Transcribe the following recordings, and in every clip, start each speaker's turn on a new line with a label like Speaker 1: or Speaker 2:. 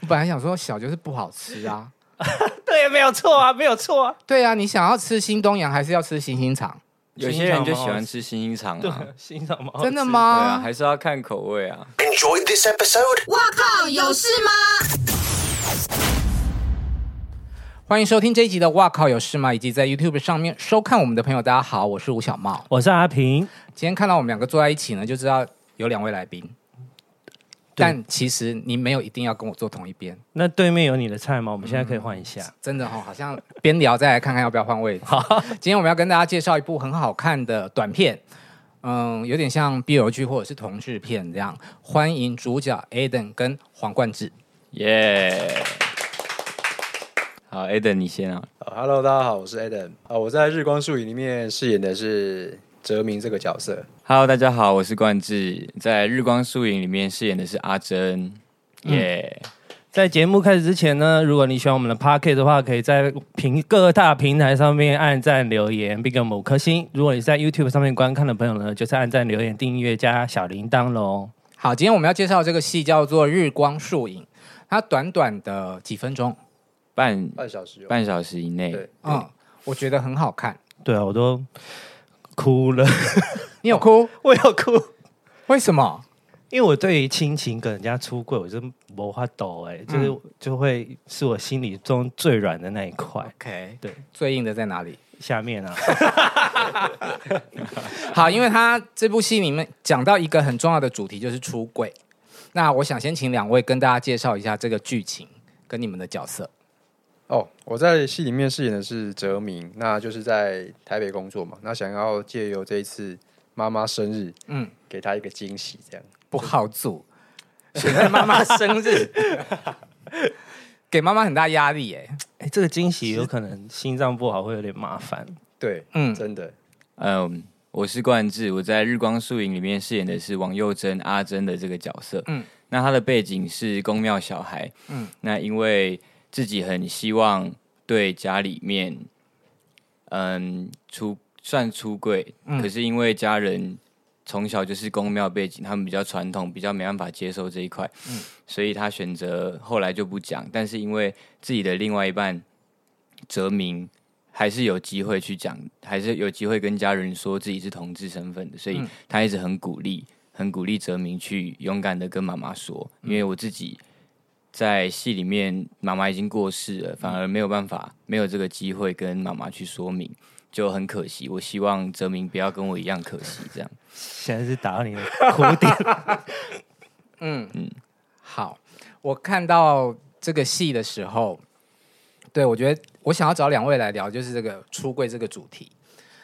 Speaker 1: 我本来想说小就是不好吃啊，
Speaker 2: 对，没有错啊，没有错 啊。
Speaker 1: 对啊，你想要吃新东阳还是要吃星星肠？
Speaker 3: 有些人就喜欢吃新星肠
Speaker 2: 对
Speaker 3: 啊，，
Speaker 2: 欣赏吗？
Speaker 1: 真的
Speaker 3: 对啊，
Speaker 1: 吗？
Speaker 3: 还是要看口味啊。
Speaker 4: Enjoyed this episode?
Speaker 5: 哇靠，有事吗？
Speaker 1: 欢迎收听这一集的《哇靠有事吗》，以及在 YouTube 上面收看我们的朋友，大家好，我是吴小茂。
Speaker 2: 我是阿平，
Speaker 1: 今天看到我们两个坐在一起呢，就知道有两位来宾，但其实你没有一定要跟我坐同一边，
Speaker 2: 那对面有你的菜吗？我们现在可以换一下。
Speaker 1: 真的哦，好像边聊再来看看要不要换位置。今天我们要跟大家介绍一部很好看的短片，嗯，有点像 BL 剧或者是同志片这样。欢迎主角 Aden 跟黄冠志。
Speaker 3: 耶！好，Eden 你先啊。
Speaker 4: h e l l o 大家好，我是 Adam 啊，我在《日光树影》里面饰演的是哲明这个角色。
Speaker 3: Hello，大家好，我是冠志，在《日光树影》里面饰演的是阿珍。耶、
Speaker 2: 在节目开始之前呢，如果你喜欢我们的 Pocket 的话，可以在平各大平台上面按赞、留言，并给我们五颗星。如果你在 YouTube 上面观看的朋友呢，就是按赞、留言、订阅加小铃铛喽。
Speaker 1: 好，今天我们要介绍这个戏叫做《日光树影》，它短短的几分钟，
Speaker 3: 半
Speaker 4: 半小时有哦
Speaker 3: 半小时以内
Speaker 4: 对，
Speaker 1: 嗯，我觉得很好看。
Speaker 2: 对啊，我都哭了，
Speaker 1: 你有哭？
Speaker 2: 我有哭，
Speaker 1: 为什么？
Speaker 2: 因为我对于亲情跟人家出柜，我真没法抖哎、就是、就会是我心里中最软的那一块。
Speaker 1: OK，
Speaker 2: 对，
Speaker 1: 最硬的在哪里？
Speaker 2: 下面啊，
Speaker 1: 好，因为他这部戏里面讲到一个很重要的主题，就是出柜。那我想先请两位跟大家介绍一下这个剧情跟你们的角色。
Speaker 4: 哦，我在戏里面饰演的是哲明，那就是在台北工作嘛，那想要借由这一次妈妈生日，
Speaker 1: 嗯
Speaker 4: 嗯，给她一个惊喜，这样。
Speaker 1: 不好组，选在妈妈生日， 给妈妈很大压力耶。
Speaker 2: 哎、这个惊喜有可能心脏不好会有点麻烦。
Speaker 4: 对，
Speaker 1: 嗯，
Speaker 4: 真的，
Speaker 3: 嗯，我是冠志，我在《日光树影》里面饰演的是王佑珍阿珍的这个角色。
Speaker 1: 嗯
Speaker 3: 嗯，那她的背景是公庙小孩。
Speaker 1: 嗯
Speaker 3: 嗯，那因为自己很希望对家里面，嗯，出算出柜，
Speaker 1: 嗯
Speaker 3: 可是因为家人从小就是公庙背景，他们比较传统，比较没办法接受这一块。嗯，所以他选择后来就不讲，但是因为自己的另外一半哲明。还是有机会去讲，还是有机会跟家人说自己是同志身份的，所以
Speaker 1: 嗯
Speaker 3: 他一直很鼓励，很鼓励哲明去勇敢的跟妈妈说，因为我自己在戏里面妈妈已经过世了，反而没有办法，没有这个机会跟妈妈去说明，就很可惜。我希望哲明不要跟我一样可惜，这样。
Speaker 2: 现在是打到你的哭点，
Speaker 1: 好，我看到这个戏的时候，对我觉得我想要找两位来聊，就是这个出柜这个主题。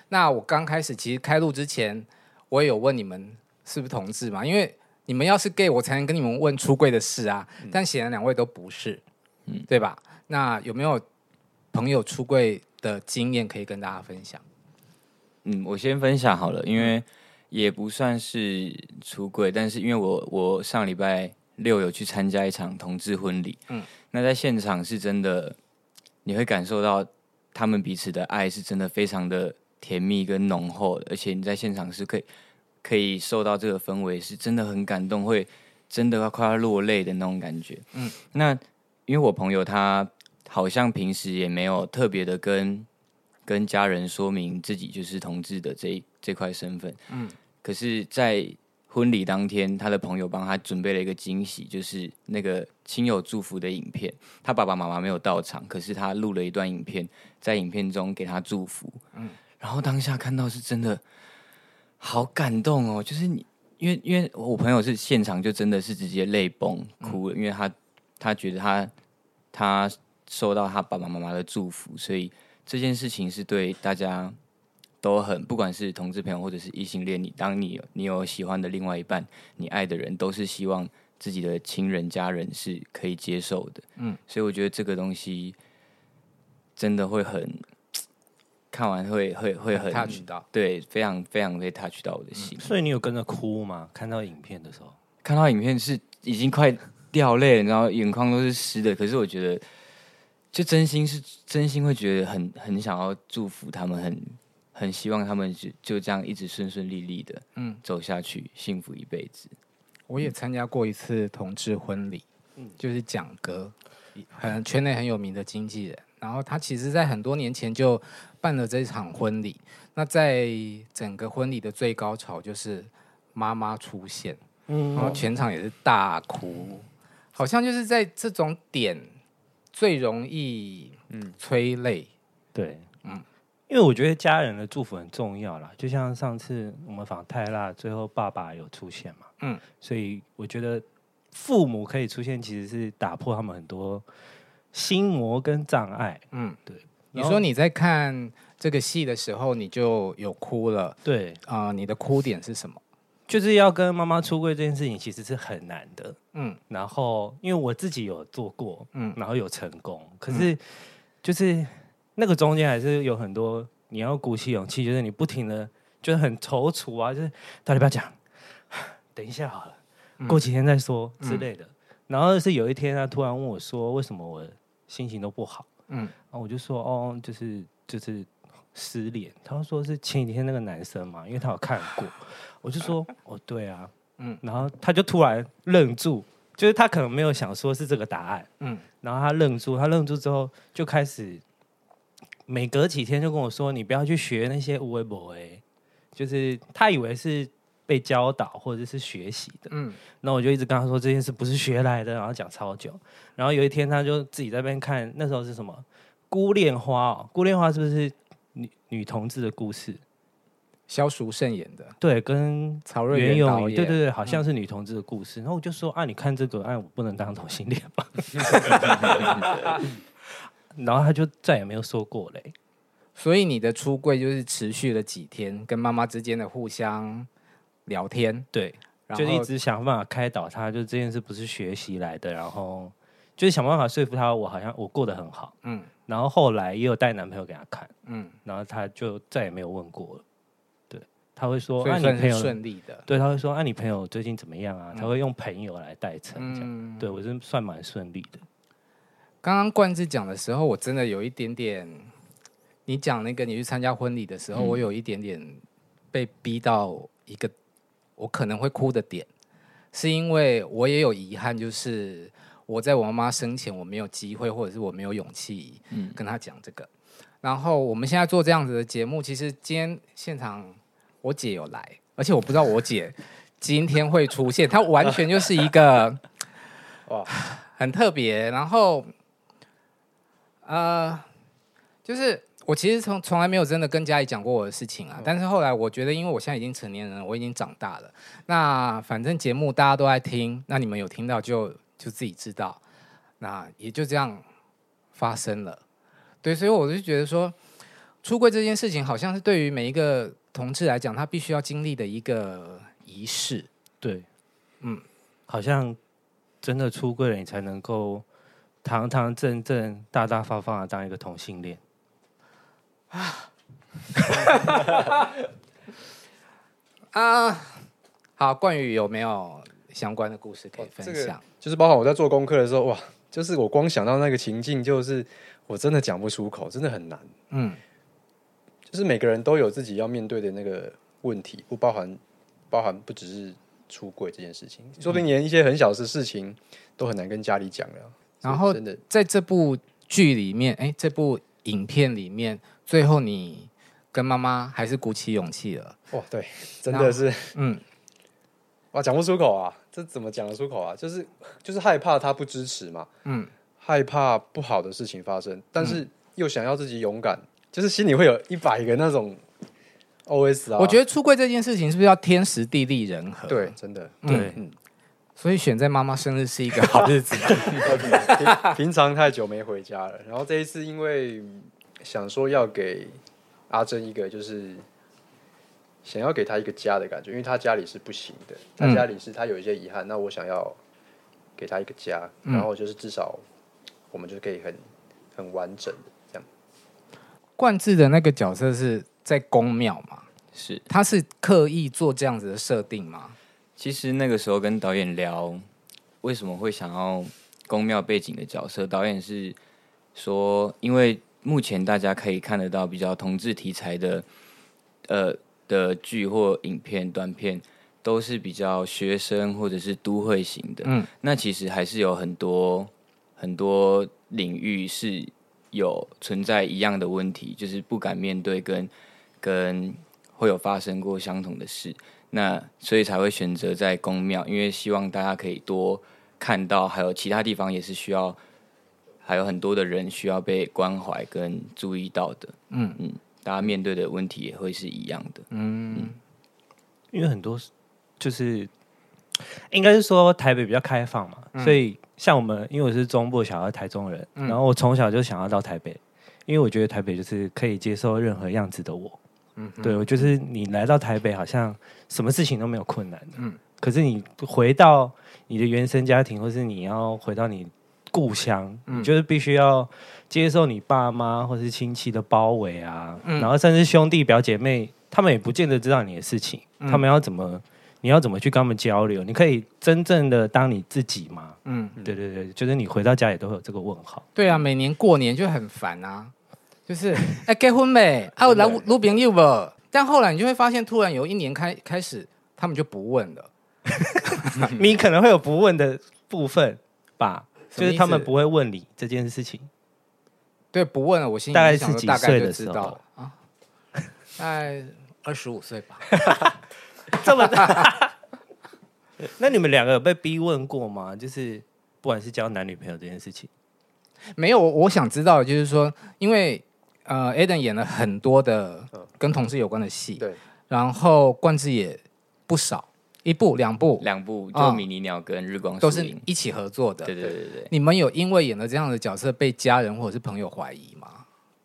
Speaker 1: 那我刚开始其实开录之前，我也有问你们是不是同志嘛，因为你们要是 gay，我才能跟你们问出柜的事啊。
Speaker 3: 嗯
Speaker 1: 但显然两位都不是，嗯，对吧？那有没有朋友出柜的经验可以跟大家分享？
Speaker 3: 嗯，我先分享好了，因为也不算是出柜，但是因为我我上礼拜六有去参加一场同志婚礼，
Speaker 1: 嗯
Speaker 3: 嗯，那在现场是真的，你会感受到他们彼此的爱是真的非常的甜蜜跟浓厚的，而且你在现场是可以可以受到这个氛围，是真的很感动，会真的要快要落泪的那种感觉。嗯，那因为我朋友他好像平时也没有特别的跟跟家人说明自己就是同志的这一这块身份。嗯，可是，在婚礼当天，他的朋友帮他准备了一个惊喜，就是那个亲友祝福的影片。他爸爸妈妈没有到场，可是他录了一段影片，在影片中给他祝福。嗯，然后当下看到是真的好感动哦，就是你。因为因为我朋友是现场就真的是直接泪崩哭了，因为他他觉得他他受到他爸爸妈妈的祝福，所以这件事情是对大家都很，不管是同志朋友或者是异性恋，你当你有你有喜欢的另外一半，你爱的人，都是希望自己的亲人家人是可以接受的。嗯，所以我觉得这个东西真的会很看完会会会很
Speaker 1: touch 到
Speaker 3: 对，非常非常被 touch 到我的心。
Speaker 2: 所以你有跟着哭吗？看到影片的时候，
Speaker 3: 看到影片是已经快掉泪了，然后眼眶都是湿的。可是我觉得，就真心是真心会觉得很很想要祝福他们，很很希望他们就就这样一直顺顺利利的，嗯，走下去，幸福一辈子。
Speaker 1: 我也参加过一次同志婚礼，
Speaker 2: 嗯
Speaker 1: 就是蒋哥，很圈内很有名的经纪人。然后他其实，在很多年前就办了这场婚礼。那在整个婚礼的最高潮，就是妈妈出现，
Speaker 2: 嗯
Speaker 1: 然后全场也是大哭，好像就是在这种点最容易
Speaker 2: 嗯
Speaker 1: 催泪。
Speaker 2: 对，嗯因为我觉得家人的祝福很重要啦，就像上次我们访泰辣，最后爸爸有出现嘛，
Speaker 1: 嗯
Speaker 2: 嗯，所以我觉得父母可以出现，其实是打破他们很多心魔跟障碍。
Speaker 1: 嗯，
Speaker 2: 对。
Speaker 1: 你
Speaker 2: 然后
Speaker 1: 说你在看这个戏的时候，你就有哭了
Speaker 2: 对，
Speaker 1: 啊、呃你的哭点是什么？
Speaker 2: 就是要跟妈妈出柜这件事情其实是很难的。
Speaker 1: 嗯
Speaker 2: 然后因为我自己有做过，
Speaker 1: 嗯
Speaker 2: 嗯，然后有成功，可是就是那个中间还是有很多你要鼓起勇气，就是你不停的就是很踌躇啊，就是到底要不要讲， 等一下好了，过几天再说之类的。然后是有一天他突然问我说，为什么我心情都不好？
Speaker 1: 嗯
Speaker 2: 然后我就说哦，就是就是失恋。他说是前几天那个男生嘛，因为他有看过。我就说哦，对啊，
Speaker 1: 嗯
Speaker 2: 嗯。然后他就突然愣住，就是他可能没有想说是这个答案，
Speaker 1: 嗯
Speaker 2: 然后他愣住，他愣住之后就开始每隔几天就跟我说，你不要去学那些无为不为，就是他以为是被教导或者是学习的。
Speaker 1: 嗯
Speaker 2: 那我就一直跟他说这件事不是学来的，然后讲超久。然后有一天他就自己在那边看，那时候是什么《孤恋花》哦，《孤恋花》是不是女女同志的故事？
Speaker 1: 萧淑慎演的
Speaker 2: 对，跟
Speaker 1: 曹瑞
Speaker 2: 袁
Speaker 1: 元
Speaker 2: 咏
Speaker 1: 导
Speaker 2: 仪，
Speaker 1: 演，
Speaker 2: 对对对，好像是女同志的故事。然后我就说啊，你看这个，哎、我不能当同性恋吧？ 然后他就再也没有说过嘞、
Speaker 1: 所以你的出柜就是持续了几天，跟妈妈之间的互相聊天，
Speaker 2: 对，
Speaker 1: 然
Speaker 2: 就是一
Speaker 1: 后
Speaker 2: 直想办法开导他，就这件事不是学习来的，然后就是想办法说服他，我好像我过得很好。
Speaker 1: 嗯
Speaker 2: 然后后来也有带男朋友给他看，
Speaker 1: 嗯，
Speaker 2: 然后他就再也没有问过了。对，他会说：“
Speaker 1: 所
Speaker 2: 啊，
Speaker 1: 以
Speaker 2: 你
Speaker 1: 算
Speaker 2: 朋
Speaker 1: 是
Speaker 2: 友
Speaker 1: 顺利的。
Speaker 2: 对，他会说：‘啊，你朋友最近怎么样啊？’他会用朋友来代称这样。
Speaker 1: 嗯，
Speaker 2: 对我是算蛮顺利的。
Speaker 1: 刚刚冠志讲的时候，我真的有一点点，你讲那个你去参加婚礼的时候，我有一点点被逼到一个我可能会哭的点，是因为我也有遗憾，就是我在我妈妈生前我没有机会，或者是我没有勇气跟她讲这个。然后我们现在做这样子的节目，其实今天现场我姐有来，而且我不知道我姐今天会出现，她完全就是一个
Speaker 4: 哇
Speaker 1: 很特别。然后呃，就是我其实从从来没有真的跟家里讲过我的事情
Speaker 4: 嗯
Speaker 1: 啊，但是后来我觉得，因为我现在已经成年人了，我已经长大了。那反正节目大家都在听，那你们有听到就就自己知道，那也就这样发生了。对，所以我就觉得说，出柜这件事情好像是对于每一个同志来讲，他必须要经历的一个仪式。
Speaker 2: 对，
Speaker 1: 嗯
Speaker 2: 嗯，好像真的出柜了，你才能够堂堂正正、大大方方的当一个同性恋。
Speaker 1: 好，冠宇有没有相关的故事可以分
Speaker 4: 哦这个
Speaker 1: 享？
Speaker 4: 就是包含我在做功课的时候，哇，就是我光想到那个情境，就是我真的讲不出口，真的很难。
Speaker 1: 嗯
Speaker 4: 就是每个人都有自己要面对的那个问题，不包含包含不只是出柜这件事情，说
Speaker 1: 嗯
Speaker 4: 不定连一些很小的事情都很难跟家里讲了。
Speaker 1: 然后
Speaker 4: 真的
Speaker 1: 在这部剧里面，哎，这部影片里面，最后你跟妈妈还是鼓起勇气了。
Speaker 4: 哇，哦对，真的是
Speaker 1: 嗯
Speaker 4: 哇，讲不出口啊，这怎么讲得出口啊？就是就是害怕他不支持嘛，
Speaker 1: 嗯，
Speaker 4: 害怕不好的事情发生，但是又想要自己勇敢，就是心里会有一百个那种 OS 啊。
Speaker 1: 我觉得
Speaker 4: 得
Speaker 1: 出柜这件事情是不是要天时地利人和？
Speaker 4: 对，，真的
Speaker 2: 对，
Speaker 1: 所以选在妈妈生日是一个好日子。
Speaker 4: 平 平常太久没回家了，然后这一次因为想说要给阿珍一个就是想要给她一个家的感觉，因为她家里是不行的，她家里是她有一些遗憾，那我想要给她一个家，
Speaker 1: 嗯
Speaker 4: 然后就是至少我们就可以很很完整的这样。
Speaker 1: 冠志的那个角色是在宫庙嘛？
Speaker 3: 是，
Speaker 1: 他是刻意做这样子的设定吗？
Speaker 3: 其实那个时候跟导演聊，为什么会想要宫庙背景的角色，导演是说，因为目前大家可以看得到比较同志题材的，呃的剧或影片、短片，都是比较学生或者是都会型的，
Speaker 1: 嗯
Speaker 3: 那其实还是有很多很多领域是有存在一样的问题，就是不敢面对跟跟会有发生过相同的事，那所以才会选择在公庙，因为希望大家可以多看到，还有其他地方也是需要，还有很多的人需要被关怀跟注意到的，
Speaker 1: 嗯
Speaker 3: 嗯，大家面对的问题也会是一样的，
Speaker 2: 因为很多是就是应该是说台北比较开放嘛，所以像我们，因为我是中部小孩，台中人，然后我从小就想要到台北，因为我觉得台北就是可以接受任何样子的我。嗯，对我就是你来到台北，好像什么事情都没有困难的。嗯，可是你回到你的原生家庭，或是你要回到你故乡，你就是必须要接受你爸妈或是亲戚的包围啊，然后甚至兄弟表姐妹，他们也不见得知道你的事情，他们要怎么，你要怎么去跟他们交流？你可以真正的当你自己吗？
Speaker 1: 嗯
Speaker 2: 嗯，对对对，就是你回到家也都会有这个问号。
Speaker 1: 对啊，每年过年就很烦啊，就是哎结婚没？啊，我来女朋友不？但后来你就会发现，突然有一年开开始，他们就不问了。
Speaker 2: 你可能会有不问的部分吧，
Speaker 1: 什
Speaker 2: 就
Speaker 1: 么意思
Speaker 2: 是他们不会问你这件事情。
Speaker 1: 对，不问了，我心里
Speaker 2: 大概
Speaker 1: 就想
Speaker 2: 是
Speaker 1: 说
Speaker 2: 几
Speaker 1: 大概
Speaker 2: 岁
Speaker 1: 就
Speaker 2: 的
Speaker 1: 知
Speaker 2: 时候
Speaker 1: 道了啊，大概二十五岁吧。
Speaker 2: 这么大？那你们两个有被逼问过吗？就是不管是交男女朋友这件事情，
Speaker 1: 没有，我我想知道的就是说，因为呃，Aden 演了很多的
Speaker 4: 嗯
Speaker 1: 跟同志有关的戏，
Speaker 4: 对，
Speaker 1: 然后冠志也不少，一部两部
Speaker 3: 两部
Speaker 1: 哦
Speaker 3: 就迷你鸟跟日光
Speaker 1: 都
Speaker 3: 树
Speaker 1: 是
Speaker 3: 林
Speaker 1: 一起合作的。
Speaker 3: 对对对对，
Speaker 1: 你们有因为演了这样的角色被家人或者是朋友怀疑吗？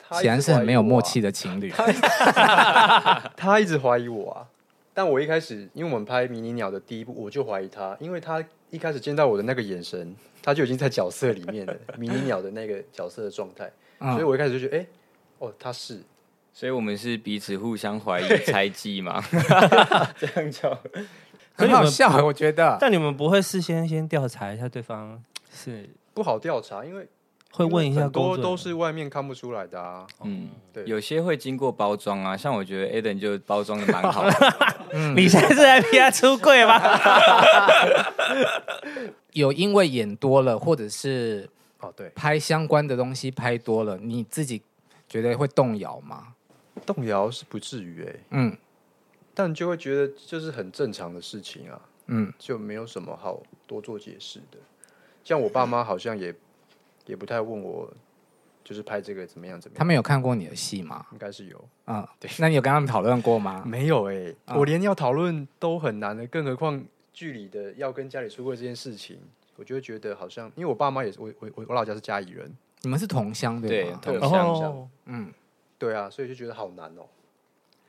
Speaker 4: 他一直
Speaker 1: 显然是很没有默契
Speaker 4: 怀疑
Speaker 1: 的情侣。
Speaker 4: 我啊。他一直怀疑我啊，但我一开始，因为我们拍《迷你鸟》的第一部，我就怀疑他，因为他一开始见到我的那个眼神，他就已经在角色里 面了，《迷你鸟》的那个角色的状态，
Speaker 2: 啊
Speaker 4: 所以我一开始就觉得，哎、哦，他是
Speaker 3: 所以我们是彼此互相怀疑、猜 忌嘛。
Speaker 4: 这样叫。
Speaker 1: 很好笑，我觉得。
Speaker 2: 但你们不会事先先调查一下对方是
Speaker 4: 不好调查，因为
Speaker 2: 会问一下工
Speaker 4: 很多
Speaker 2: 作人员
Speaker 4: 都是外面看不出来的啊。
Speaker 1: 哦
Speaker 3: 嗯，
Speaker 4: 对
Speaker 3: 有些会经过包装啊，像我觉得 Aden 就包装的蛮好的，
Speaker 2: 你现在是在逼他出柜吗？
Speaker 1: 有因为演多了，或者是
Speaker 4: 哦，对，
Speaker 1: 拍相关的东西拍多了，你自己觉得会动摇吗？
Speaker 4: 动摇是不至于哎、
Speaker 1: 嗯
Speaker 4: 但就会觉得就是很正常的事情啊，
Speaker 1: 嗯，
Speaker 4: 就没有什么好多做解释的。像我爸妈好像也也不太问我，就是拍这个怎么样怎么
Speaker 1: 他
Speaker 4: 样，
Speaker 1: 们有看过你的戏吗？
Speaker 4: 应该是有。
Speaker 1: 嗯，那你有跟他们讨论过吗？
Speaker 4: 没有哎、我连要讨论都很难的，更何况剧里的要跟家里出柜这件事情，我就会觉得好像，因为我爸妈也是，我我我我老家是嘉义人，
Speaker 1: 你们是同乡 对
Speaker 3: 对
Speaker 1: 吗，？
Speaker 3: 同
Speaker 4: 对
Speaker 3: 乡
Speaker 4: 哦像
Speaker 1: 嗯，
Speaker 4: 对啊，所以就觉得好难哦、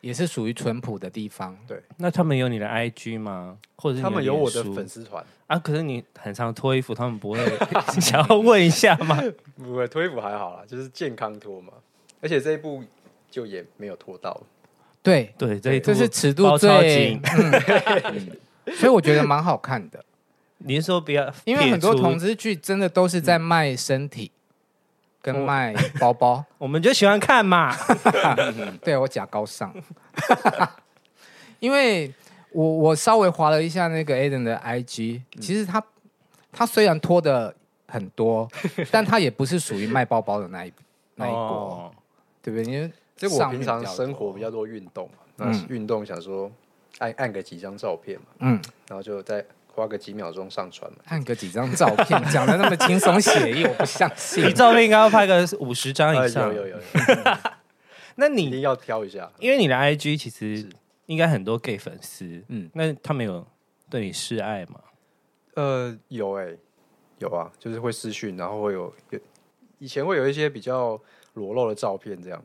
Speaker 1: 也是属于淳朴的地方。
Speaker 2: 那他们有你的 IG 吗？或者是
Speaker 4: 他们有我的
Speaker 2: 脸书
Speaker 4: 粉丝团，
Speaker 2: 啊？可是你很常脱衣服，他们不会 想要问一下 吗？
Speaker 4: 不会脱衣服还好啦，就是健康脱嘛，而且这一部就也没有脱到，
Speaker 1: 对，
Speaker 2: 对，这一
Speaker 1: 这
Speaker 2: 步
Speaker 1: 是尺度
Speaker 2: 包超
Speaker 1: 最嗯
Speaker 2: 紧，
Speaker 1: 所以我觉得蛮好看的。
Speaker 2: 你是说不要？
Speaker 1: 因为很多
Speaker 2: 撇除
Speaker 1: 同，志剧真的都是在卖身体，跟卖包包。
Speaker 2: 我们就喜欢 看嘛。
Speaker 1: 对我假高尚， 因为我我稍微划了一下那个 Aden 的 IG，其实他他虽然脱的很多，但他也不是属于卖包包的那一那一国，
Speaker 2: 哦，
Speaker 1: 对不对？因为
Speaker 4: 这我
Speaker 1: 上
Speaker 4: 平
Speaker 1: 面
Speaker 4: 常
Speaker 1: 比较
Speaker 4: 生
Speaker 1: 多
Speaker 4: 活比较多运动嘛，那
Speaker 1: 嗯
Speaker 4: 运动想说按按个几张照片嘛，
Speaker 1: 嗯，
Speaker 4: 然后就再花个几秒钟上传嘛。
Speaker 1: 看个几张照片，讲的那么轻松写意，我不相
Speaker 2: 你
Speaker 1: 信。
Speaker 2: 照片应该要拍个五十张以
Speaker 4: 呃有
Speaker 2: 上。
Speaker 4: 有有，有
Speaker 2: 那
Speaker 4: 一定
Speaker 2: 你
Speaker 4: 要挑一下。
Speaker 2: 因为你的 IG 其实应该很多 gay 粉丝，嗯
Speaker 4: 嗯，
Speaker 2: 那他们有对你示爱吗？
Speaker 4: 呃，有哎、有啊，就是会私讯，然后会有有以前会有一些比较裸露的照片这样，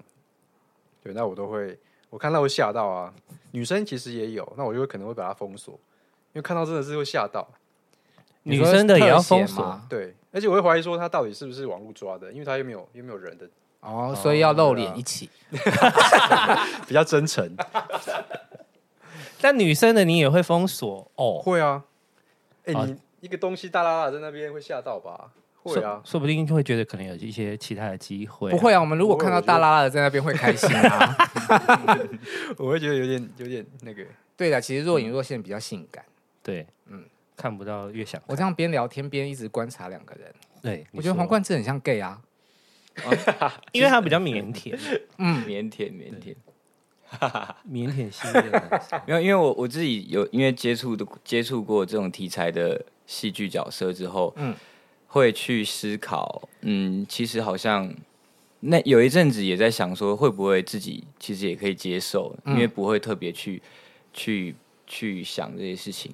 Speaker 4: 对，那我都会，我看到会吓到啊。女生其实也有，那我就会可能会把它封锁，因为看到真的是会吓到。
Speaker 1: 你
Speaker 2: 女
Speaker 1: 说
Speaker 2: 生的也要
Speaker 1: 特写
Speaker 2: 封锁
Speaker 1: 吗
Speaker 4: 对，而且我会怀疑说他到底是不是网络抓的，因为他又没有又没有人的，
Speaker 1: 哦，所以要露脸一起。
Speaker 4: 比较真诚。
Speaker 2: 但女生的你也会封锁哦。
Speaker 4: 会啊，哎、
Speaker 2: 啊
Speaker 4: 你一个东西大拉拉在那边会吓到吧？会啊
Speaker 2: 说，说不定会觉得可能有一些其他的机会、
Speaker 1: 不会啊，我们如果看到大拉拉的在那边会开心啊。
Speaker 4: 我会觉得有点有点那个，
Speaker 1: 对的，其实若隐若现比较性感。
Speaker 2: 对，
Speaker 1: 嗯
Speaker 2: 嗯，看不到越想看。
Speaker 1: 我这样边聊天边一直观察两个人，
Speaker 2: 对，
Speaker 1: 我
Speaker 2: 你
Speaker 1: 觉得
Speaker 2: 说
Speaker 1: 皇，冠真的很像 gay 啊。
Speaker 2: 因为他比较腼腆，
Speaker 1: 嗯
Speaker 3: 腼腆腆腆。
Speaker 2: 腼腆系列的，
Speaker 3: 没有，因为我我自己有因为接触的接触过这种题材的戏剧角色之后，
Speaker 1: 嗯
Speaker 3: 嗯，会去思考，嗯，其实好像那有一阵子也在想说，会不会自己其实也可以接受，
Speaker 1: 嗯
Speaker 3: 因为不会特别去去去想这些事情。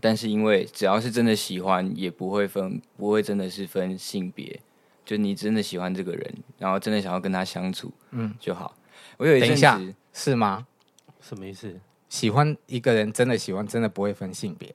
Speaker 3: 但是因为只要是真的喜欢，也不会分，不会真的是分性别，就你真的喜欢这个人，然后真的想要跟他相处，
Speaker 1: 嗯
Speaker 3: 嗯，就好。我有一
Speaker 1: 等
Speaker 3: 阵
Speaker 1: 一下
Speaker 3: 子，
Speaker 1: 是吗？
Speaker 2: 什么意思？
Speaker 1: 喜欢一个人真的喜欢，真的不会分性别。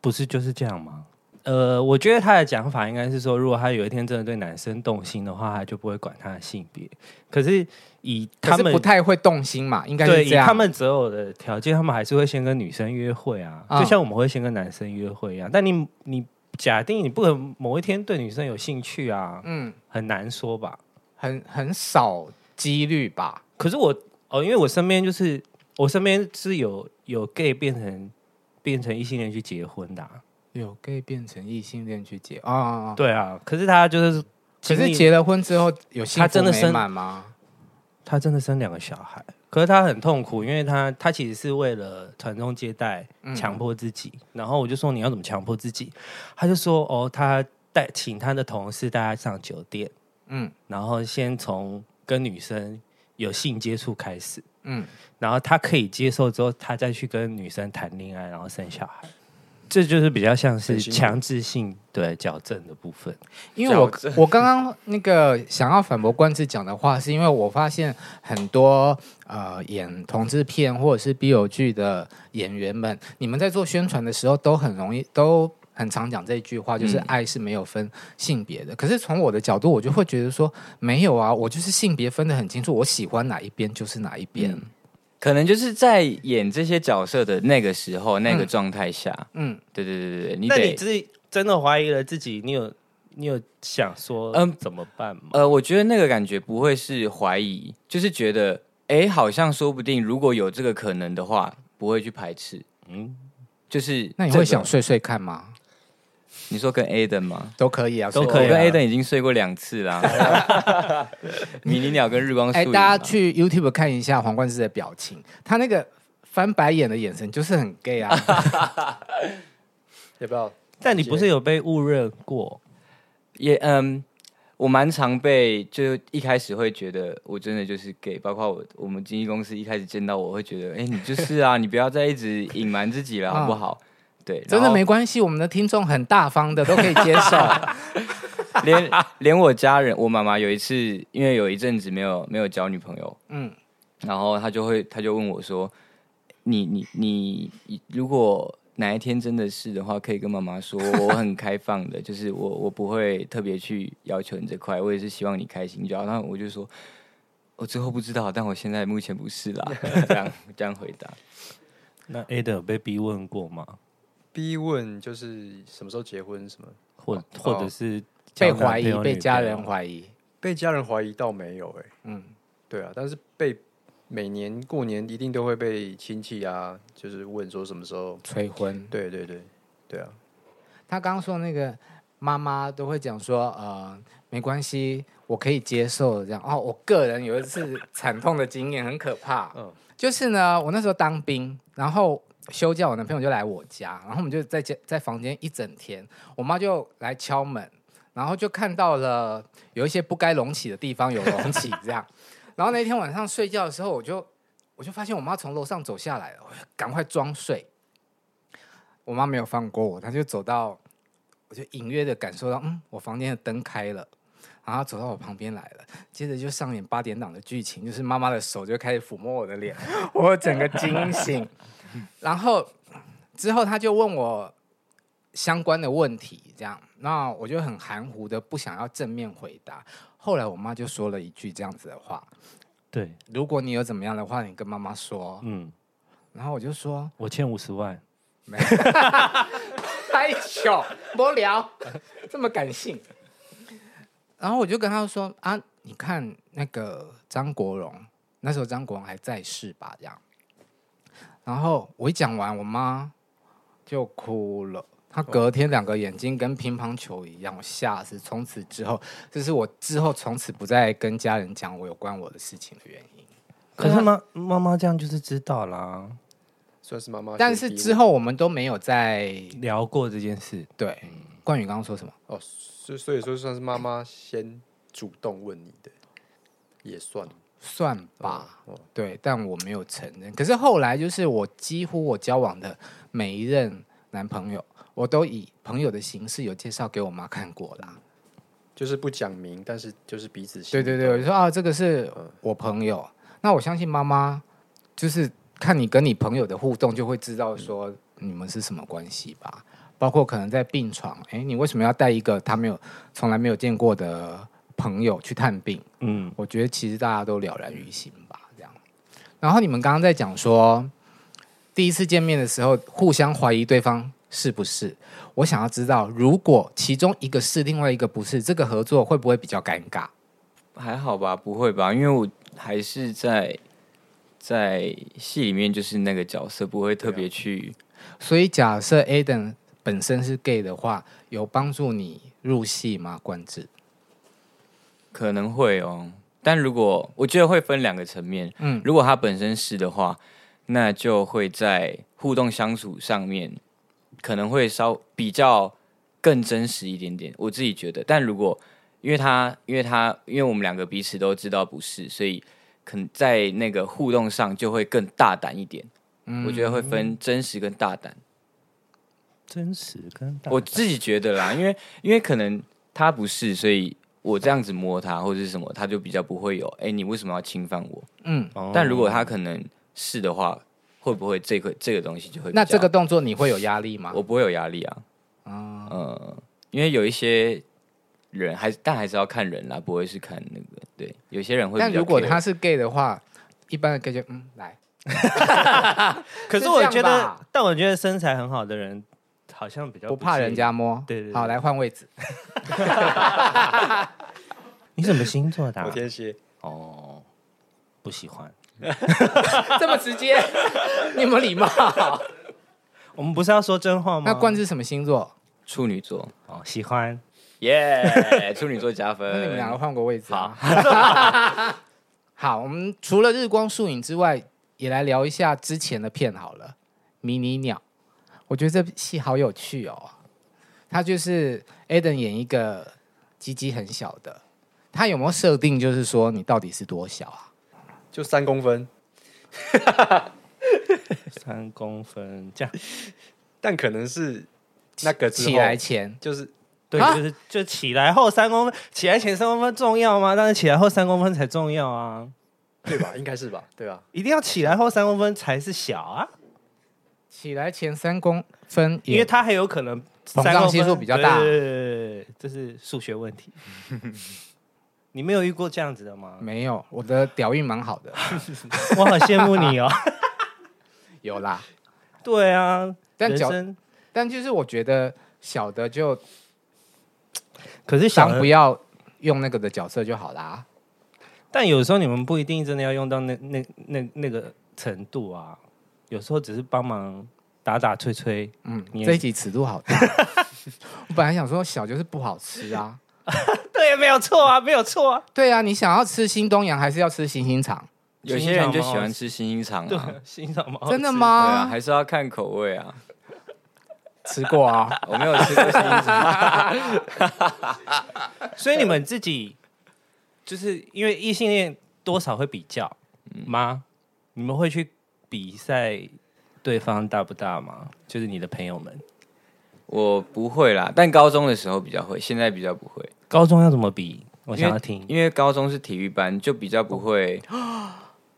Speaker 2: 不是就是这样吗？呃，我觉得他的讲法应该是说，如果他有一天真的对男生动心的话，他就不会管他的性别。可是以
Speaker 1: 可
Speaker 2: 他
Speaker 1: 是
Speaker 2: 们
Speaker 1: 不太会动心嘛，应该
Speaker 2: 对
Speaker 1: 是
Speaker 2: 以
Speaker 1: 这样。
Speaker 2: 他们择偶的条件，他们还是会先跟女生约会啊，
Speaker 1: 嗯
Speaker 2: 就像我们会先跟男生约会一样。但你你假定你不可能某一天对女生有兴趣啊，
Speaker 1: 嗯，
Speaker 2: 很难说吧？
Speaker 1: 很很少几率吧。
Speaker 2: 可是我哦，因为我身边就是我身边是有有 gay 变成变成异性恋去结婚的、啊，
Speaker 1: 有 gay 变成异性恋去结啊、哦
Speaker 2: 对啊。可是他就是
Speaker 1: 可
Speaker 2: 经
Speaker 1: 是
Speaker 2: 历
Speaker 1: 结了婚之后有幸
Speaker 2: 他
Speaker 1: 福
Speaker 2: 真的
Speaker 1: 美
Speaker 2: 生
Speaker 1: 满吗？
Speaker 2: 他真的生两个小孩，可是他很痛苦，因为他他其实是为了传宗接代
Speaker 1: 嗯
Speaker 2: 强迫自己。然后我就说你要怎么强迫自己？他就说哦，他带请他的同事带他上酒店，
Speaker 1: 嗯
Speaker 2: 然后先从跟女生有性接触开始，
Speaker 1: 嗯，
Speaker 2: 然后他可以接受之后，他再去跟女生谈恋爱，然后生小孩。这就是比较像是
Speaker 4: 很辛苦
Speaker 2: 强制性对矫正的部分。
Speaker 1: 因为我我刚刚那个想要反驳冠志讲的话，是因为我发现很多呃演同志片或者是 BL 剧的演员们，你们在做宣传的时候都很容易都。很常讲这句话，就是
Speaker 3: 嗯
Speaker 1: 爱是没有分性别的。可是从我的角度，我就会觉得说，没有啊，我就是性别分得很清楚，我喜欢哪一边就是哪一边。
Speaker 3: 嗯可能就是在演这些角色的那个时候、那个状态下，
Speaker 1: 嗯，
Speaker 3: 对对对对对，你
Speaker 2: 那你
Speaker 3: 得
Speaker 2: 自己真的怀疑了自己，你有你有想说嗯
Speaker 3: 嗯
Speaker 2: 怎么办吗？
Speaker 3: 呃，我觉得那个感觉不会是怀疑，就是觉得哎，好像说不定如果有这个可能的话，不会去排斥。
Speaker 2: 嗯，
Speaker 3: 就是
Speaker 1: 那你
Speaker 3: 这
Speaker 1: 会
Speaker 3: 个
Speaker 1: 想睡睡看吗？
Speaker 3: 你说跟 Aden 吗？
Speaker 1: 都可以啊，
Speaker 2: 都
Speaker 1: 睡
Speaker 2: 可以啊
Speaker 3: 我跟 Aden 已经睡过两次啦。 迷你鸟跟日光树
Speaker 1: 哎，
Speaker 3: 影
Speaker 1: 大
Speaker 3: 嘛，
Speaker 1: 家去 YouTube 看一下黄冠志的表情，他那个翻白眼的眼神就是很 gay 啊。
Speaker 4: 要不要？
Speaker 2: 但你不是有被误认过？
Speaker 3: 也嗯，我蛮常被，就一开始会觉得我真的就是 gay，包括我我们经纪公司一开始见到我会觉得，哎、你就是啊，你不要再一直隐瞒自己了，好不好？对，
Speaker 1: 啊真的
Speaker 3: 然后
Speaker 1: 没关系，我们的听众很大方的，都可以接 受。
Speaker 3: 连连我家人，我妈妈有一次，因为有一阵子没有没有交女朋友，
Speaker 1: 嗯，
Speaker 3: 然后她就会她就问我说，你你你你如果哪一天真的是的话，可以跟妈妈说，我很开放的，就是我我不会特别去要求你这块，我也是希望你开心就好。然后我就说，我之后不知道，但我现在目前不是啦， 这样这样回答。
Speaker 2: 那 A 的有被逼问过吗？
Speaker 4: 逼问就是什么时候结婚什么？
Speaker 2: 或或者是
Speaker 1: 被
Speaker 2: 交男
Speaker 1: 怀
Speaker 2: 朋
Speaker 1: 疑
Speaker 2: 友，
Speaker 1: 被
Speaker 2: 女
Speaker 1: 家
Speaker 2: 朋友
Speaker 1: 人怀疑。
Speaker 4: 被家人怀疑倒没有哎、
Speaker 1: 嗯，
Speaker 4: 对啊，但是被每年过年一定都会被亲戚啊，就是问说什么时候？
Speaker 1: 催婚。
Speaker 4: 对对对，对啊，
Speaker 1: 他刚刚说那个妈妈都会讲说，呃，没关系，我可以接受这样。哦，我个人有一次惨痛的经验，很可怕。
Speaker 4: 嗯
Speaker 1: 就是呢，我那时候当兵，然后休假，我男朋友就来我家，然后我们就在家在房间一整天，我妈就来敲门，然后就看到了有一些不该隆起的地方有隆起这样。然后那天晚上睡觉的时候，我就我就发现我妈从楼上走下来了，我赶快装睡。我妈没有放过我，她就走到，我就隐约的感受到，嗯，我房间的灯开了，然后她走到我旁边来了，接着就上演八点档的剧情，就是妈妈的手就开始抚摸我的脸，我整个惊醒，然后之后她就问我相关的问题，这样，那我就很含糊的不想要正面回答，后来我妈就说了一句这样子的话。
Speaker 2: 对，
Speaker 1: 如果你有怎么样的话，你跟妈妈说。
Speaker 2: 嗯，
Speaker 1: 然后我就说，
Speaker 2: 我欠五十万，
Speaker 1: 在一起哦，无聊，这么感性。然后我就跟他说啊，你看那个张国荣，那时候张国荣还在世吧，这样。然后我一讲完，我妈就哭了。她隔天两个眼睛跟乒乓球一样，我吓死。从此之后，这是我之后从此不再跟家人讲我有关我的事情的原因。
Speaker 2: 可是妈妈妈这样就是知道啦，
Speaker 4: 算是妈妈先逼我。
Speaker 1: 但是之后我们都没有再
Speaker 2: 聊过这件事，
Speaker 1: 对。冠宇刚刚说什么？
Speaker 4: 哦，所所以说算是妈妈先主动问你的，也算
Speaker 1: 算吧。
Speaker 4: 哦。哦
Speaker 1: 对，但我没有承认。可是后来就是我几乎我交往的每一任男朋友，我都以朋友的形式有介绍给我妈看过啦。
Speaker 4: 就是不讲明，但是就是彼此心
Speaker 1: 对对对，我就说啊，这个是我朋友。那我相信妈妈就是看你跟你朋友的互动，就会知道说你们是什么关系吧。包括可能在病床，哎，你为什么要带一个他没有从来没有见过的朋友去探病？
Speaker 2: 嗯，
Speaker 1: 我觉得其实大家都了然于心吧，这样。然后你们刚刚在讲说，第一次见面的时候互相怀疑对方是不是，我想要知道，如果其中一个是，另外一个不是，这个合作会不会比较尴尬？
Speaker 3: 还好吧，不会吧？因为我还是在在戏里面就是那个角色，不会特别去。
Speaker 1: 所以假设 Aden 本身是 gay 的话，有帮助你入戏吗？冠志，
Speaker 3: 可能会哦，但如果我觉得会分两个层面，
Speaker 1: 嗯，
Speaker 3: 如果他本身是的话，那就会在互动相处上面可能会稍比较更真实一点点，我自己觉得。但如果因为他，因为他，因为我们两个彼此都知道不是，所以可能在那个互动上就会更大胆一点。我觉得会分真实跟大胆。
Speaker 2: 真实跟大
Speaker 3: 我自己觉得啦，因为因为可能他不是，所以我这样子摸他或者是什么，他就比较不会有，哎、你为什么要侵犯我？
Speaker 1: 嗯，
Speaker 2: 哦
Speaker 3: 但如果他可能是的话，会不会这个这个东西就会比较
Speaker 1: 那这个动作你会有压力吗？
Speaker 3: 我不会有压力啊？
Speaker 1: 啊、
Speaker 3: 呃，因为有一些人还但还是要看人啦，不会是看那个对，有些
Speaker 2: 啊
Speaker 3: 人会比较 care。
Speaker 1: 但如果他是 gay 的话，一般的 gay 就嗯来。
Speaker 2: 可是
Speaker 1: 是
Speaker 2: 我
Speaker 1: 这样
Speaker 2: 觉得
Speaker 1: 吧，
Speaker 2: 但我觉得身材很好的人好像比较
Speaker 1: 不怕
Speaker 2: 介意
Speaker 1: 人。家摸。
Speaker 2: 对对对
Speaker 1: 好，来换位置。
Speaker 2: 你什么星座的啊、
Speaker 4: 我天蝎，
Speaker 2: 哦，不喜欢。
Speaker 1: 这么直接， 你有没有礼 貌？
Speaker 2: 我们不是要说真话吗？
Speaker 1: 那冠之什么星座？
Speaker 3: 处女座，
Speaker 2: 哦，喜欢。
Speaker 3: 耶、处女座加分。
Speaker 1: 那你们两个换个位置、啊。 好，我们除了日光树影之外，也来聊一下之前的片好了。迷你鸟，我觉得这戏好有趣哦。他就是 Aden 演一个鸡鸡很小的，他有没有设定就是说你到底是多小啊？
Speaker 4: 就三公分，
Speaker 2: 三公分这样，
Speaker 4: 但可能是那个之后
Speaker 1: 起来前
Speaker 4: 就是
Speaker 2: 对，
Speaker 1: 啊
Speaker 2: 就是就起来后三公分，起来前三公分重要吗？但是起来后三公分才重要啊！
Speaker 4: 对吧？应该是吧？对吧？
Speaker 2: 一定要起来后三公分才是小啊，
Speaker 1: 起来前三公分也，
Speaker 2: 因为它还有可能
Speaker 1: 胀
Speaker 2: 三公分
Speaker 1: 系数比较大
Speaker 2: 对对对对对这是数学问题。你没有遇过这样子的吗？
Speaker 1: 没有我的屌运蛮好的，
Speaker 2: 我好羡慕你哦。
Speaker 1: 有啦。
Speaker 2: 对啊，
Speaker 1: 但
Speaker 2: 人
Speaker 1: 脚
Speaker 2: 生
Speaker 1: 但就是我觉得小的就
Speaker 2: 可是想
Speaker 1: 当不要用那个的角色就好啦。
Speaker 2: 但有时候你们不一定真的要用到那那那那个程度啊，有时候只是帮忙打打吹吹。
Speaker 1: 嗯，
Speaker 2: 你也
Speaker 1: 这一集尺度好大。 我本来想说小就是不好吃啊，
Speaker 2: 对，没有错啊，没有错啊。
Speaker 1: 对啊，你想要吃新东阳还是要吃星星肠？
Speaker 3: 有些人就喜欢吃星星 肠
Speaker 2: 对
Speaker 3: 啊，，
Speaker 2: 欣赏嗯吗？
Speaker 1: 真的
Speaker 3: 对
Speaker 1: 吗？
Speaker 3: 啊，还是要看口味啊。
Speaker 1: 吃过啊，
Speaker 3: 我没有吃过星星肠，
Speaker 2: 所以你们自己就是因为异性恋多少会比较吗？你们会去比赛对方大不大吗？就是你的朋友们，
Speaker 3: 我不会啦，但高中的时候比较会，现在比较不会。
Speaker 2: 高中要怎么比？我想要听。
Speaker 3: 因为高中是体育班，就比较不 会。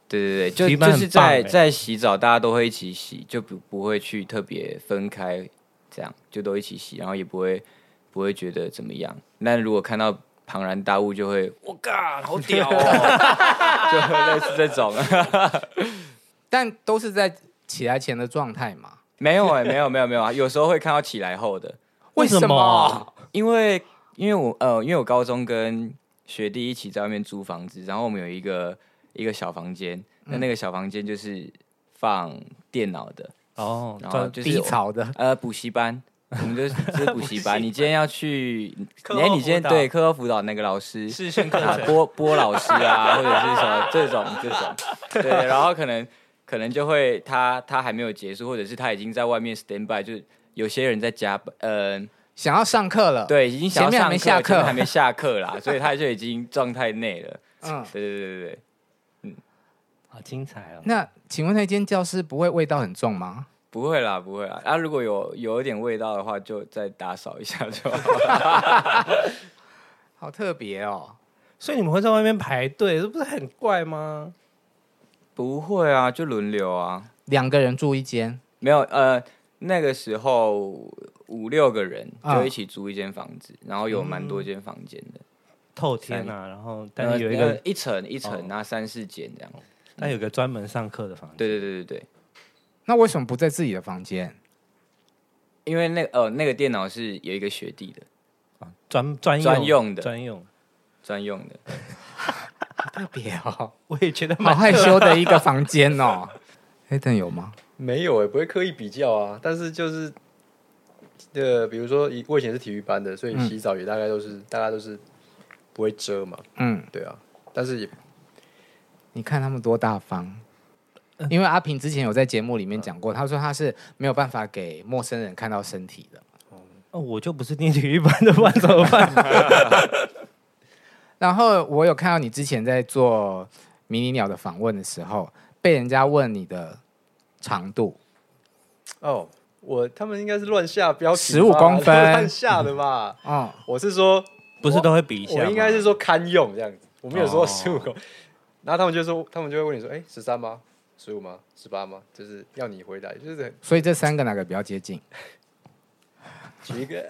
Speaker 3: 对对对，就
Speaker 2: 体育班
Speaker 3: 就
Speaker 2: 很
Speaker 3: 是在
Speaker 2: 棒欸
Speaker 3: 在洗澡，大家都会一起洗，就不不会去特别分开，这样就都一起洗，然后也不会不会觉得怎么样。那如果看到庞然大物，就会我嘎，好屌哦，就会类似这种。
Speaker 1: 但都是在起来前的状态嘛。
Speaker 3: 没有哎、没有没有没有啊，有时候会看到起来后的，
Speaker 2: 为什
Speaker 1: 什
Speaker 2: 么？
Speaker 3: 因为因为我呃，因为我高中跟学弟一起在外面租房子，然后我们有一个一个小房间，那
Speaker 1: 嗯
Speaker 3: 那个小房间就是放电脑的，
Speaker 2: 哦，
Speaker 3: 然后
Speaker 2: 专
Speaker 3: 就是
Speaker 1: 低潮的，
Speaker 3: 呃补习班，我们就是就是补习 班。你今天要去，
Speaker 2: 课
Speaker 3: 哎，
Speaker 2: 后
Speaker 3: 你今天
Speaker 2: 辅导
Speaker 3: 对课后辅导那个老师
Speaker 2: 视讯课
Speaker 3: 啊
Speaker 2: 程，
Speaker 3: 波波老师啊，或者是什么这种这种，对，然后可能可能就会他他还没有结束，或者是他已经在外面 stand by，就是有些人在加班，呃，
Speaker 1: 想要上课了，，
Speaker 3: 对，已经想要
Speaker 1: 前面还没
Speaker 3: 上课
Speaker 1: 下课
Speaker 3: 前面还没下课啦，所以他就已经状态内了。
Speaker 1: 嗯，
Speaker 3: 对对对对对，
Speaker 2: 好精彩哦！
Speaker 1: 那请问那间教室不会味道很重吗？
Speaker 3: 不会啦，不会啦。啊，如果有有一点味道的话，就再打扫一下就好。
Speaker 1: 好特别哦，
Speaker 2: 所以你们会在外面排队，这不是很怪吗？
Speaker 3: 不会啊，就轮流啊。
Speaker 1: 两个人住一间，
Speaker 3: 没有，呃，那个时候五六个人
Speaker 1: 啊
Speaker 3: 就一起租一间房子，然后有蛮多间房间的，
Speaker 2: 透天啊，然后但
Speaker 3: 呃
Speaker 2: 是有一
Speaker 3: 那
Speaker 2: 个，
Speaker 3: 一层一
Speaker 2: 哦
Speaker 3: 层，然后三四间这样。
Speaker 2: 但有一个专门上课的房间。
Speaker 3: 对对对对对，
Speaker 1: 那为什么不在自己的房间？
Speaker 3: 因为那呃那个电脑是有一个学弟的
Speaker 2: 啊专专
Speaker 3: 专用的
Speaker 2: 专用。
Speaker 3: 专用的，
Speaker 1: 特别哦，
Speaker 2: 我也觉得
Speaker 1: 好
Speaker 2: 蛮
Speaker 1: 害羞的一个房间哦。 黑灯有吗？
Speaker 4: 没有哎、不会刻意比较啊，但是就是，呃，比如说以我以前是体育班的，所以
Speaker 1: 嗯
Speaker 4: 洗澡也大概都是、大家都是不会遮嘛，
Speaker 1: 嗯，
Speaker 4: 对啊，但是也
Speaker 1: 你看他们多大方。
Speaker 2: 嗯
Speaker 1: 因为阿平之前有在节目里面讲过，他说他是没有办法给陌生人看到身体的。
Speaker 2: 哦，我就不是念体育班的，不然怎么办？
Speaker 1: 然后我有看到你之前在做迷你鸟的访问的时候，被人家问你的长度，
Speaker 4: 哦，我他们应该是乱下标题吧，
Speaker 1: 15公分
Speaker 4: 乱下的吧？
Speaker 1: 哦，
Speaker 4: 我是说，
Speaker 2: 不是都会比一下
Speaker 4: 我
Speaker 2: 吗？
Speaker 4: 应该是说堪用这样子，我没有说
Speaker 2: 哦
Speaker 4: 十五公，然后他们就说，他们就会问你说，哎，十三吗？十五吗？十八吗？就是要你回答，就是很
Speaker 1: 所以这三个哪个比较接近？
Speaker 4: 举一个，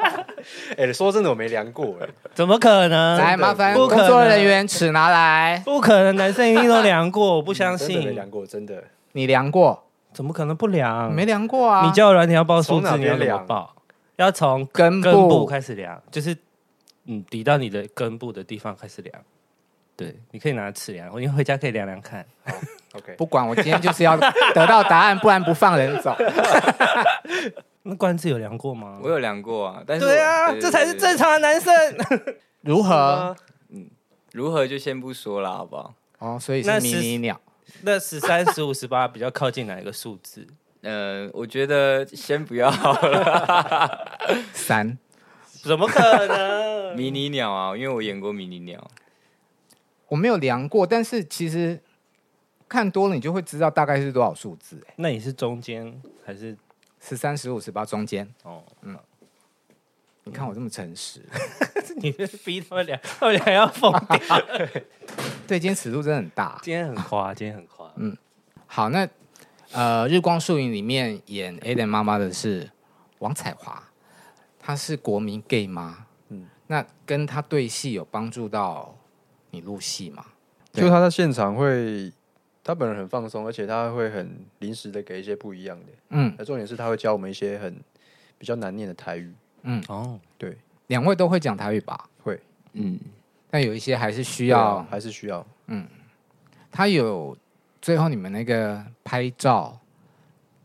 Speaker 4: 哎，说真的，我没量过哎，
Speaker 2: 怎么可能？
Speaker 1: 来，麻烦
Speaker 2: 不
Speaker 1: 工
Speaker 2: 可能
Speaker 1: 作人员尺拿来，
Speaker 2: 不可能，男生一定都量过，我不相
Speaker 4: 嗯真的没
Speaker 2: 信
Speaker 4: 量，过，真的。
Speaker 1: 你量过？
Speaker 2: 怎么可能不量？
Speaker 1: 没量过啊？
Speaker 2: 嗯你叫软体要报数
Speaker 4: 从哪
Speaker 2: 字，你要怎
Speaker 4: 边
Speaker 2: 么
Speaker 4: 量
Speaker 2: 报？要从
Speaker 1: 根
Speaker 2: 根部
Speaker 1: 部
Speaker 2: 开始量，就是嗯，抵到你的根部的地方开始量。对，你可以拿尺量，我因为回家可以量量看。
Speaker 4: OK，
Speaker 1: 不管我今天就是要得到答案，不然不放人 走。
Speaker 2: 那关子有量过吗？
Speaker 3: 我有量过啊，但是
Speaker 2: 哦对啊，这才是正。常的男生。
Speaker 1: 如何？
Speaker 3: 如何就先不说了，好不好？
Speaker 1: 哦，所以
Speaker 2: 那
Speaker 1: 是迷
Speaker 2: 是
Speaker 1: 你鸟。
Speaker 2: 那十三、十五、十八比较靠近哪一个数字？
Speaker 3: 呃，我觉得先不要 好了
Speaker 1: 三，
Speaker 2: 怎么可能？
Speaker 3: 迷你鸟啊，因为我演过迷你鸟，
Speaker 1: 我没有量过，但是其实看多了你就会知道大概是多少数字、欸，
Speaker 2: 那你是中间还是
Speaker 1: 十三、十五、十八中间。嗯
Speaker 2: 哦？
Speaker 1: 你看我这么诚实，
Speaker 2: 你是逼他们俩，他们俩要疯掉。
Speaker 1: 对，今天尺度真的很大。
Speaker 2: 今天很夸，今天很夸。
Speaker 1: 好，那呃，《日光树影》里面演 Aden 妈妈的是王彩华，她是国民 gay 妈。嗯，那跟她对戏有帮助到你录戏吗？对
Speaker 4: 就他在现场会，他本人很放松，而且他会很临时的给一些不一样的。
Speaker 1: 嗯，
Speaker 4: 那重点是他会教我们一些很比较难念的台语。
Speaker 1: 嗯
Speaker 2: 哦，
Speaker 4: 对，
Speaker 1: 两位都会讲台语吧？
Speaker 4: 会啊
Speaker 3: 嗯，
Speaker 1: 但有一些还是需
Speaker 4: 需
Speaker 1: 要。
Speaker 4: 还是需要？
Speaker 1: 他有最后你们那个拍照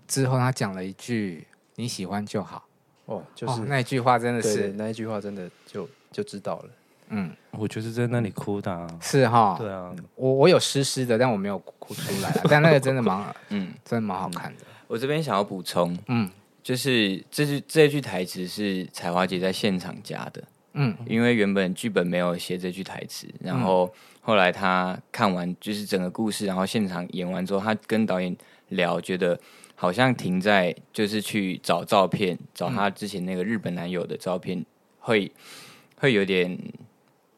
Speaker 1: 之后，他讲了一句“你喜欢就好”，
Speaker 4: 哦，就是、
Speaker 1: 哦、那一句话真的
Speaker 4: 对
Speaker 1: 是
Speaker 4: 对那一句话，真的就就知道了。
Speaker 2: 我就是在那里哭的、啊。
Speaker 1: 是哈。
Speaker 2: 对啊，
Speaker 1: 我我有湿湿的，但我没有哭出来啊，但那个真的蛮
Speaker 3: 嗯
Speaker 1: 嗯，真的蛮好看的。
Speaker 3: 我这边想要补充，
Speaker 1: 嗯
Speaker 3: 就是这句这句台词是彩华姐在现场加的，
Speaker 1: 嗯，
Speaker 3: 因为原本剧本没有写这句台词，然后后来她看完就是整个故事，然后现场演完之后，她跟导演聊，觉得好像停在就是去找照片，
Speaker 1: 嗯
Speaker 3: 找她之前那个日本男友的照片，会会有点，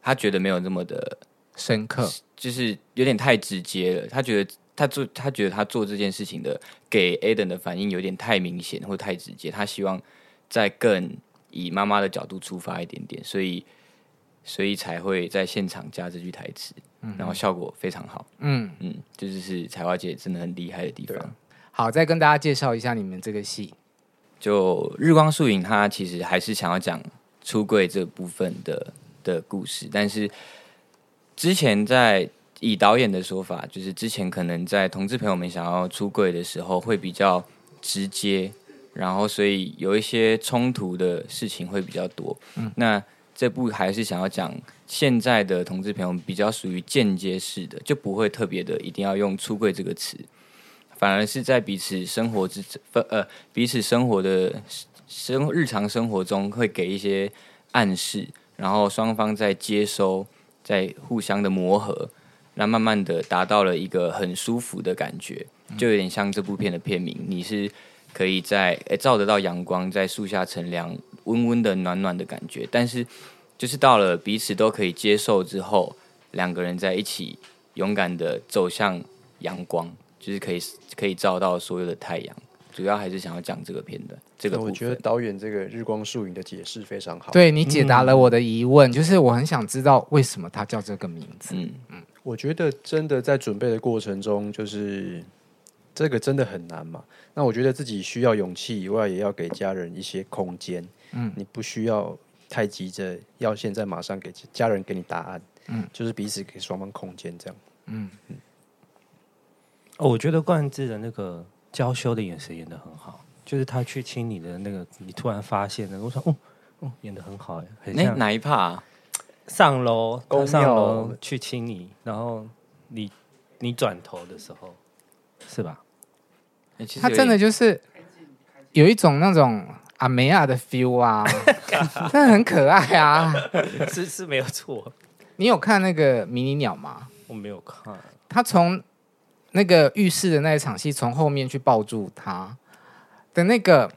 Speaker 3: 她觉得没有那么的
Speaker 1: 深刻。
Speaker 3: 就是有点太直接了。他觉得他做他觉得他做这件事情的给 Aden 的反应有点太明显或太直接，他希望再更以妈妈的角度出发一点点，所以所以才会在现场加这句台词，然后效果非常好。
Speaker 1: 嗯，
Speaker 3: 嗯，这就是彩华姐真的很厉害的地方。
Speaker 1: 好，再跟大家介绍一下你们这个戏。
Speaker 3: 就日光树影，它其实还是想要讲出柜这部分的的故事，但是之前在以导演的说法，就是之前可能在同志朋友们想要出柜的时候会比较直接，然后所以有一些冲突的事情会比较多。嗯，那这部还是想要讲现在的同志朋友比较属于间接式的，就不会特别的一定要用出柜这个词。反而是在彼此生活之分呃彼此生活的生日常生活中会给一些暗示，然后双方在接收，在互相的磨合，那慢慢的达到了一个很舒服的感觉，
Speaker 4: 嗯
Speaker 3: 就有点像这部片的片名，你是可以在诶照得到阳光，在树下乘凉，温温的暖暖的感觉，但是就是到了彼此都可以接受之后，两个人在一起勇敢的走向阳光。就是可以可以照到所有的太阳。主要还是想要讲这个片段，这个部
Speaker 4: 我
Speaker 3: 分
Speaker 4: 觉得导演这个日光树影的解释非常好。，
Speaker 1: 对你解答了我的疑问，就是我很想知道为什么它叫这个名字。
Speaker 3: 嗯，
Speaker 4: 我觉得真的在准备的过程中，就是这个真的很难嘛。那我觉得自己需要勇气以外，也要给家人一些空间。嗯，你不需要太急着要现在马上给家人给你答案。嗯，就是彼此给双方空间这样。
Speaker 2: 哦，我觉得冠志的那个娇羞的眼神演的很好，就是他去亲你的那个，你突然发现那个，我说，哦，哦，演的很好，哎，很
Speaker 3: 那
Speaker 2: 像
Speaker 3: 哪一趴、啊？
Speaker 2: 上楼，
Speaker 4: 公
Speaker 2: 他上
Speaker 4: 庙
Speaker 2: 楼去亲你，然后你你转头的时候，是 吧？
Speaker 3: 诶其实
Speaker 1: 它
Speaker 3: 有
Speaker 1: 真的
Speaker 3: 点
Speaker 1: 就是有一种那种阿梅亚的 feel 啊，真的很可爱啊。
Speaker 2: 是是没有错，
Speaker 1: 你有看那个迷你鸟吗？
Speaker 2: 我没有看，
Speaker 1: 他从那个浴室的那一场戏，从后面去抱住他的那个，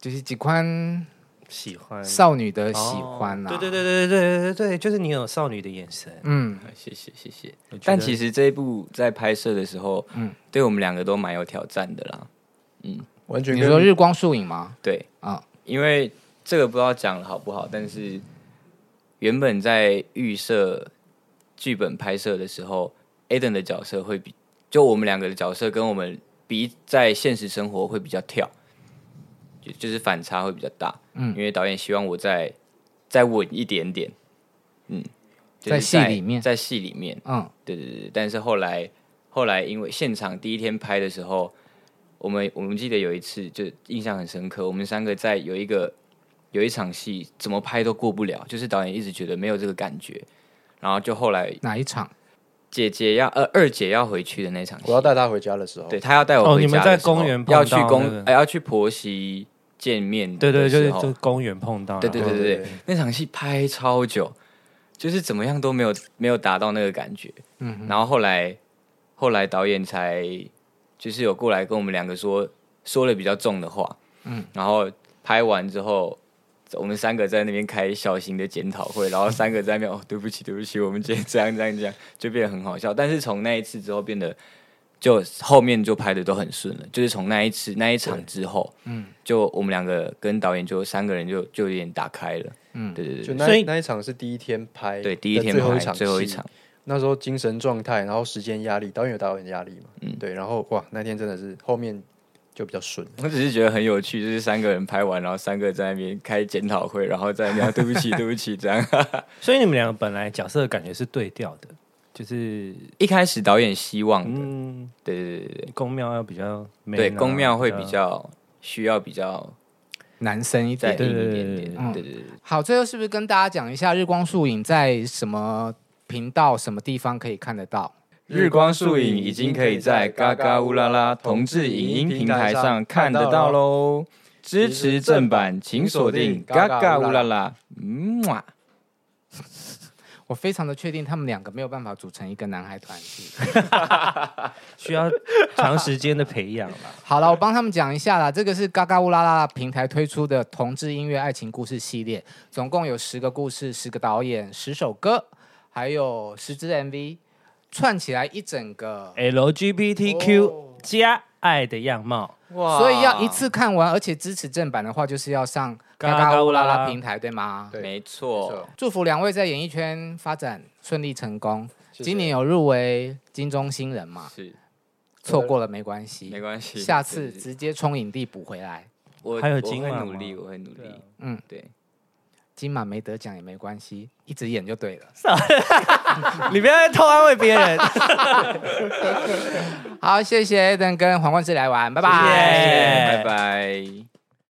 Speaker 1: 就是几款
Speaker 2: 喜欢
Speaker 1: 少女的喜欢啊。
Speaker 2: 哦对对对，对对对对对，就是你有少女的眼神，
Speaker 1: 嗯，
Speaker 3: 谢谢谢谢。
Speaker 2: 我觉
Speaker 3: 但
Speaker 2: 得
Speaker 3: 其实这一部在拍摄的时候，
Speaker 1: 嗯
Speaker 3: 嗯，对我们两个都蛮有挑战的啦。
Speaker 4: 完全
Speaker 1: 你
Speaker 4: 跟
Speaker 1: 说日光树影吗？
Speaker 3: 对
Speaker 1: 啊
Speaker 3: 啊，因为这个不知道讲的好不好，但是原本在预设剧本拍摄的时候，Aden 的角色会比就我们两个的角色跟我们比在现实生活会比较跳，就就是反差会比较大。
Speaker 1: 嗯
Speaker 3: 嗯，因为导演希望我再再稳一点点，嗯，就是
Speaker 1: 在戏里面
Speaker 3: 在戏里面，
Speaker 1: 嗯，
Speaker 3: 对对对，但是后来后来因为现场第一天拍的时候，我们我们记得有一次就印象很深刻，我们三个在有一个有一场戏怎么拍都过不了，就是导演一直觉得没有这个感觉，然后就后来
Speaker 1: 哪一场？
Speaker 3: 姐姐要呃二姐要回去的那场戏，
Speaker 4: 我要带他回家的时候，
Speaker 3: 对，她要带
Speaker 2: 哦
Speaker 3: 我回
Speaker 2: 你们
Speaker 3: 家的
Speaker 2: 在
Speaker 3: 时候
Speaker 2: 公园碰
Speaker 3: 要去
Speaker 2: 到
Speaker 3: 公、
Speaker 2: 那个
Speaker 3: 呃要去婆媳见面
Speaker 2: 对对，
Speaker 3: 的时
Speaker 2: 就是
Speaker 3: 候
Speaker 2: 就公园碰到，
Speaker 3: 对对
Speaker 2: 然后
Speaker 3: 对对对，那场戏拍超久，就是怎么样都没有没有达到那个感觉。嗯，然后后来后来导演才就是有过来跟我们两个说说了比较重的话，嗯，然后拍完之后。我们三个在那边开小型的检讨会，然后三个在那边哦，对不起，对不起，我们今天这样这样这样，就变得很好笑。但是从那一次之后，变得就后面就拍的都很顺了，就是从那一次那一场之后，就我们两个跟导演就三个人就就有点打开了， 嗯，对对
Speaker 4: 就
Speaker 3: 对，
Speaker 4: 那
Speaker 2: 所以
Speaker 4: 那一场是第一天拍，
Speaker 3: 对第一天
Speaker 4: 最后
Speaker 3: 拍
Speaker 4: 一场，
Speaker 3: 最后一场，，
Speaker 4: 那时候精神状态，然后时间压力，导演有导演压力嘛，嗯，对，然后哇，那天真的是后面就比较顺，
Speaker 3: 我只是觉得很有趣，就是三个人拍完，然后三个在那边开检讨会，然后在那边对不起对不起这样。
Speaker 2: 所以你们两个本来角色的感觉是对调的，就是
Speaker 3: 一开始导演希望的，
Speaker 2: 嗯，
Speaker 3: 对对对对
Speaker 2: 公庙要比较美，
Speaker 3: 对，公庙会比较需要比较
Speaker 1: 男生一
Speaker 3: 再
Speaker 1: 点
Speaker 3: 硬。一
Speaker 2: 对
Speaker 3: 点
Speaker 2: 对
Speaker 3: 点，
Speaker 1: 对
Speaker 3: 对对啊对，
Speaker 1: 好，最后是不是跟大家讲一下日光树影在什么频道、什么地方可以看得到？
Speaker 3: 日光树影已经可以在嘎嘎乌拉拉同志影音平台上看得到喽。支持正版，请锁定嘎嘎乌拉拉，嗯哇。
Speaker 1: 我非常的确定他们两个没有办法组成一个男孩团体。
Speaker 2: 需要长时间的培养啦。
Speaker 1: 好了，我帮他们讲一下啦。这个是嘎嘎乌拉拉平台推出的同志音乐爱情故事系列，总共有十个故事、十个导演、十首歌，还有十支 MV，串起来一整个。
Speaker 2: LGBTQ 加爱的样貌，
Speaker 3: 哇
Speaker 1: 所以要一次看完，而且支持正版的话，就是要上嘎
Speaker 2: 嘎
Speaker 1: 嘎
Speaker 2: 嘎
Speaker 1: 乌
Speaker 2: 乌
Speaker 1: 拉
Speaker 2: 拉
Speaker 1: 拉
Speaker 2: 拉
Speaker 1: 平台，对吗？
Speaker 4: 对
Speaker 3: 没
Speaker 4: 啊
Speaker 3: 错，
Speaker 1: 祝福两位在演艺圈发展顺利成功。
Speaker 4: 谢谢
Speaker 1: 今年有入围金钟新人嘛？
Speaker 3: 是
Speaker 1: 错过了没关系，
Speaker 3: 没关系，
Speaker 1: 下次
Speaker 3: 就是
Speaker 1: 直接冲影帝补回来。
Speaker 3: 我
Speaker 2: 还有
Speaker 3: 我
Speaker 2: 今
Speaker 3: 会
Speaker 2: 晚
Speaker 3: 努
Speaker 2: 吗
Speaker 3: 力，我会努
Speaker 2: 对啊
Speaker 3: 力。
Speaker 1: 嗯，
Speaker 3: 对，
Speaker 1: 金马没得奖也没关系，一直演就对了。
Speaker 2: 你不要再偷安慰别人。
Speaker 1: 好，谢谢 Eden 跟皇冠志来玩，拜拜。
Speaker 2: 谢谢
Speaker 3: 拜拜。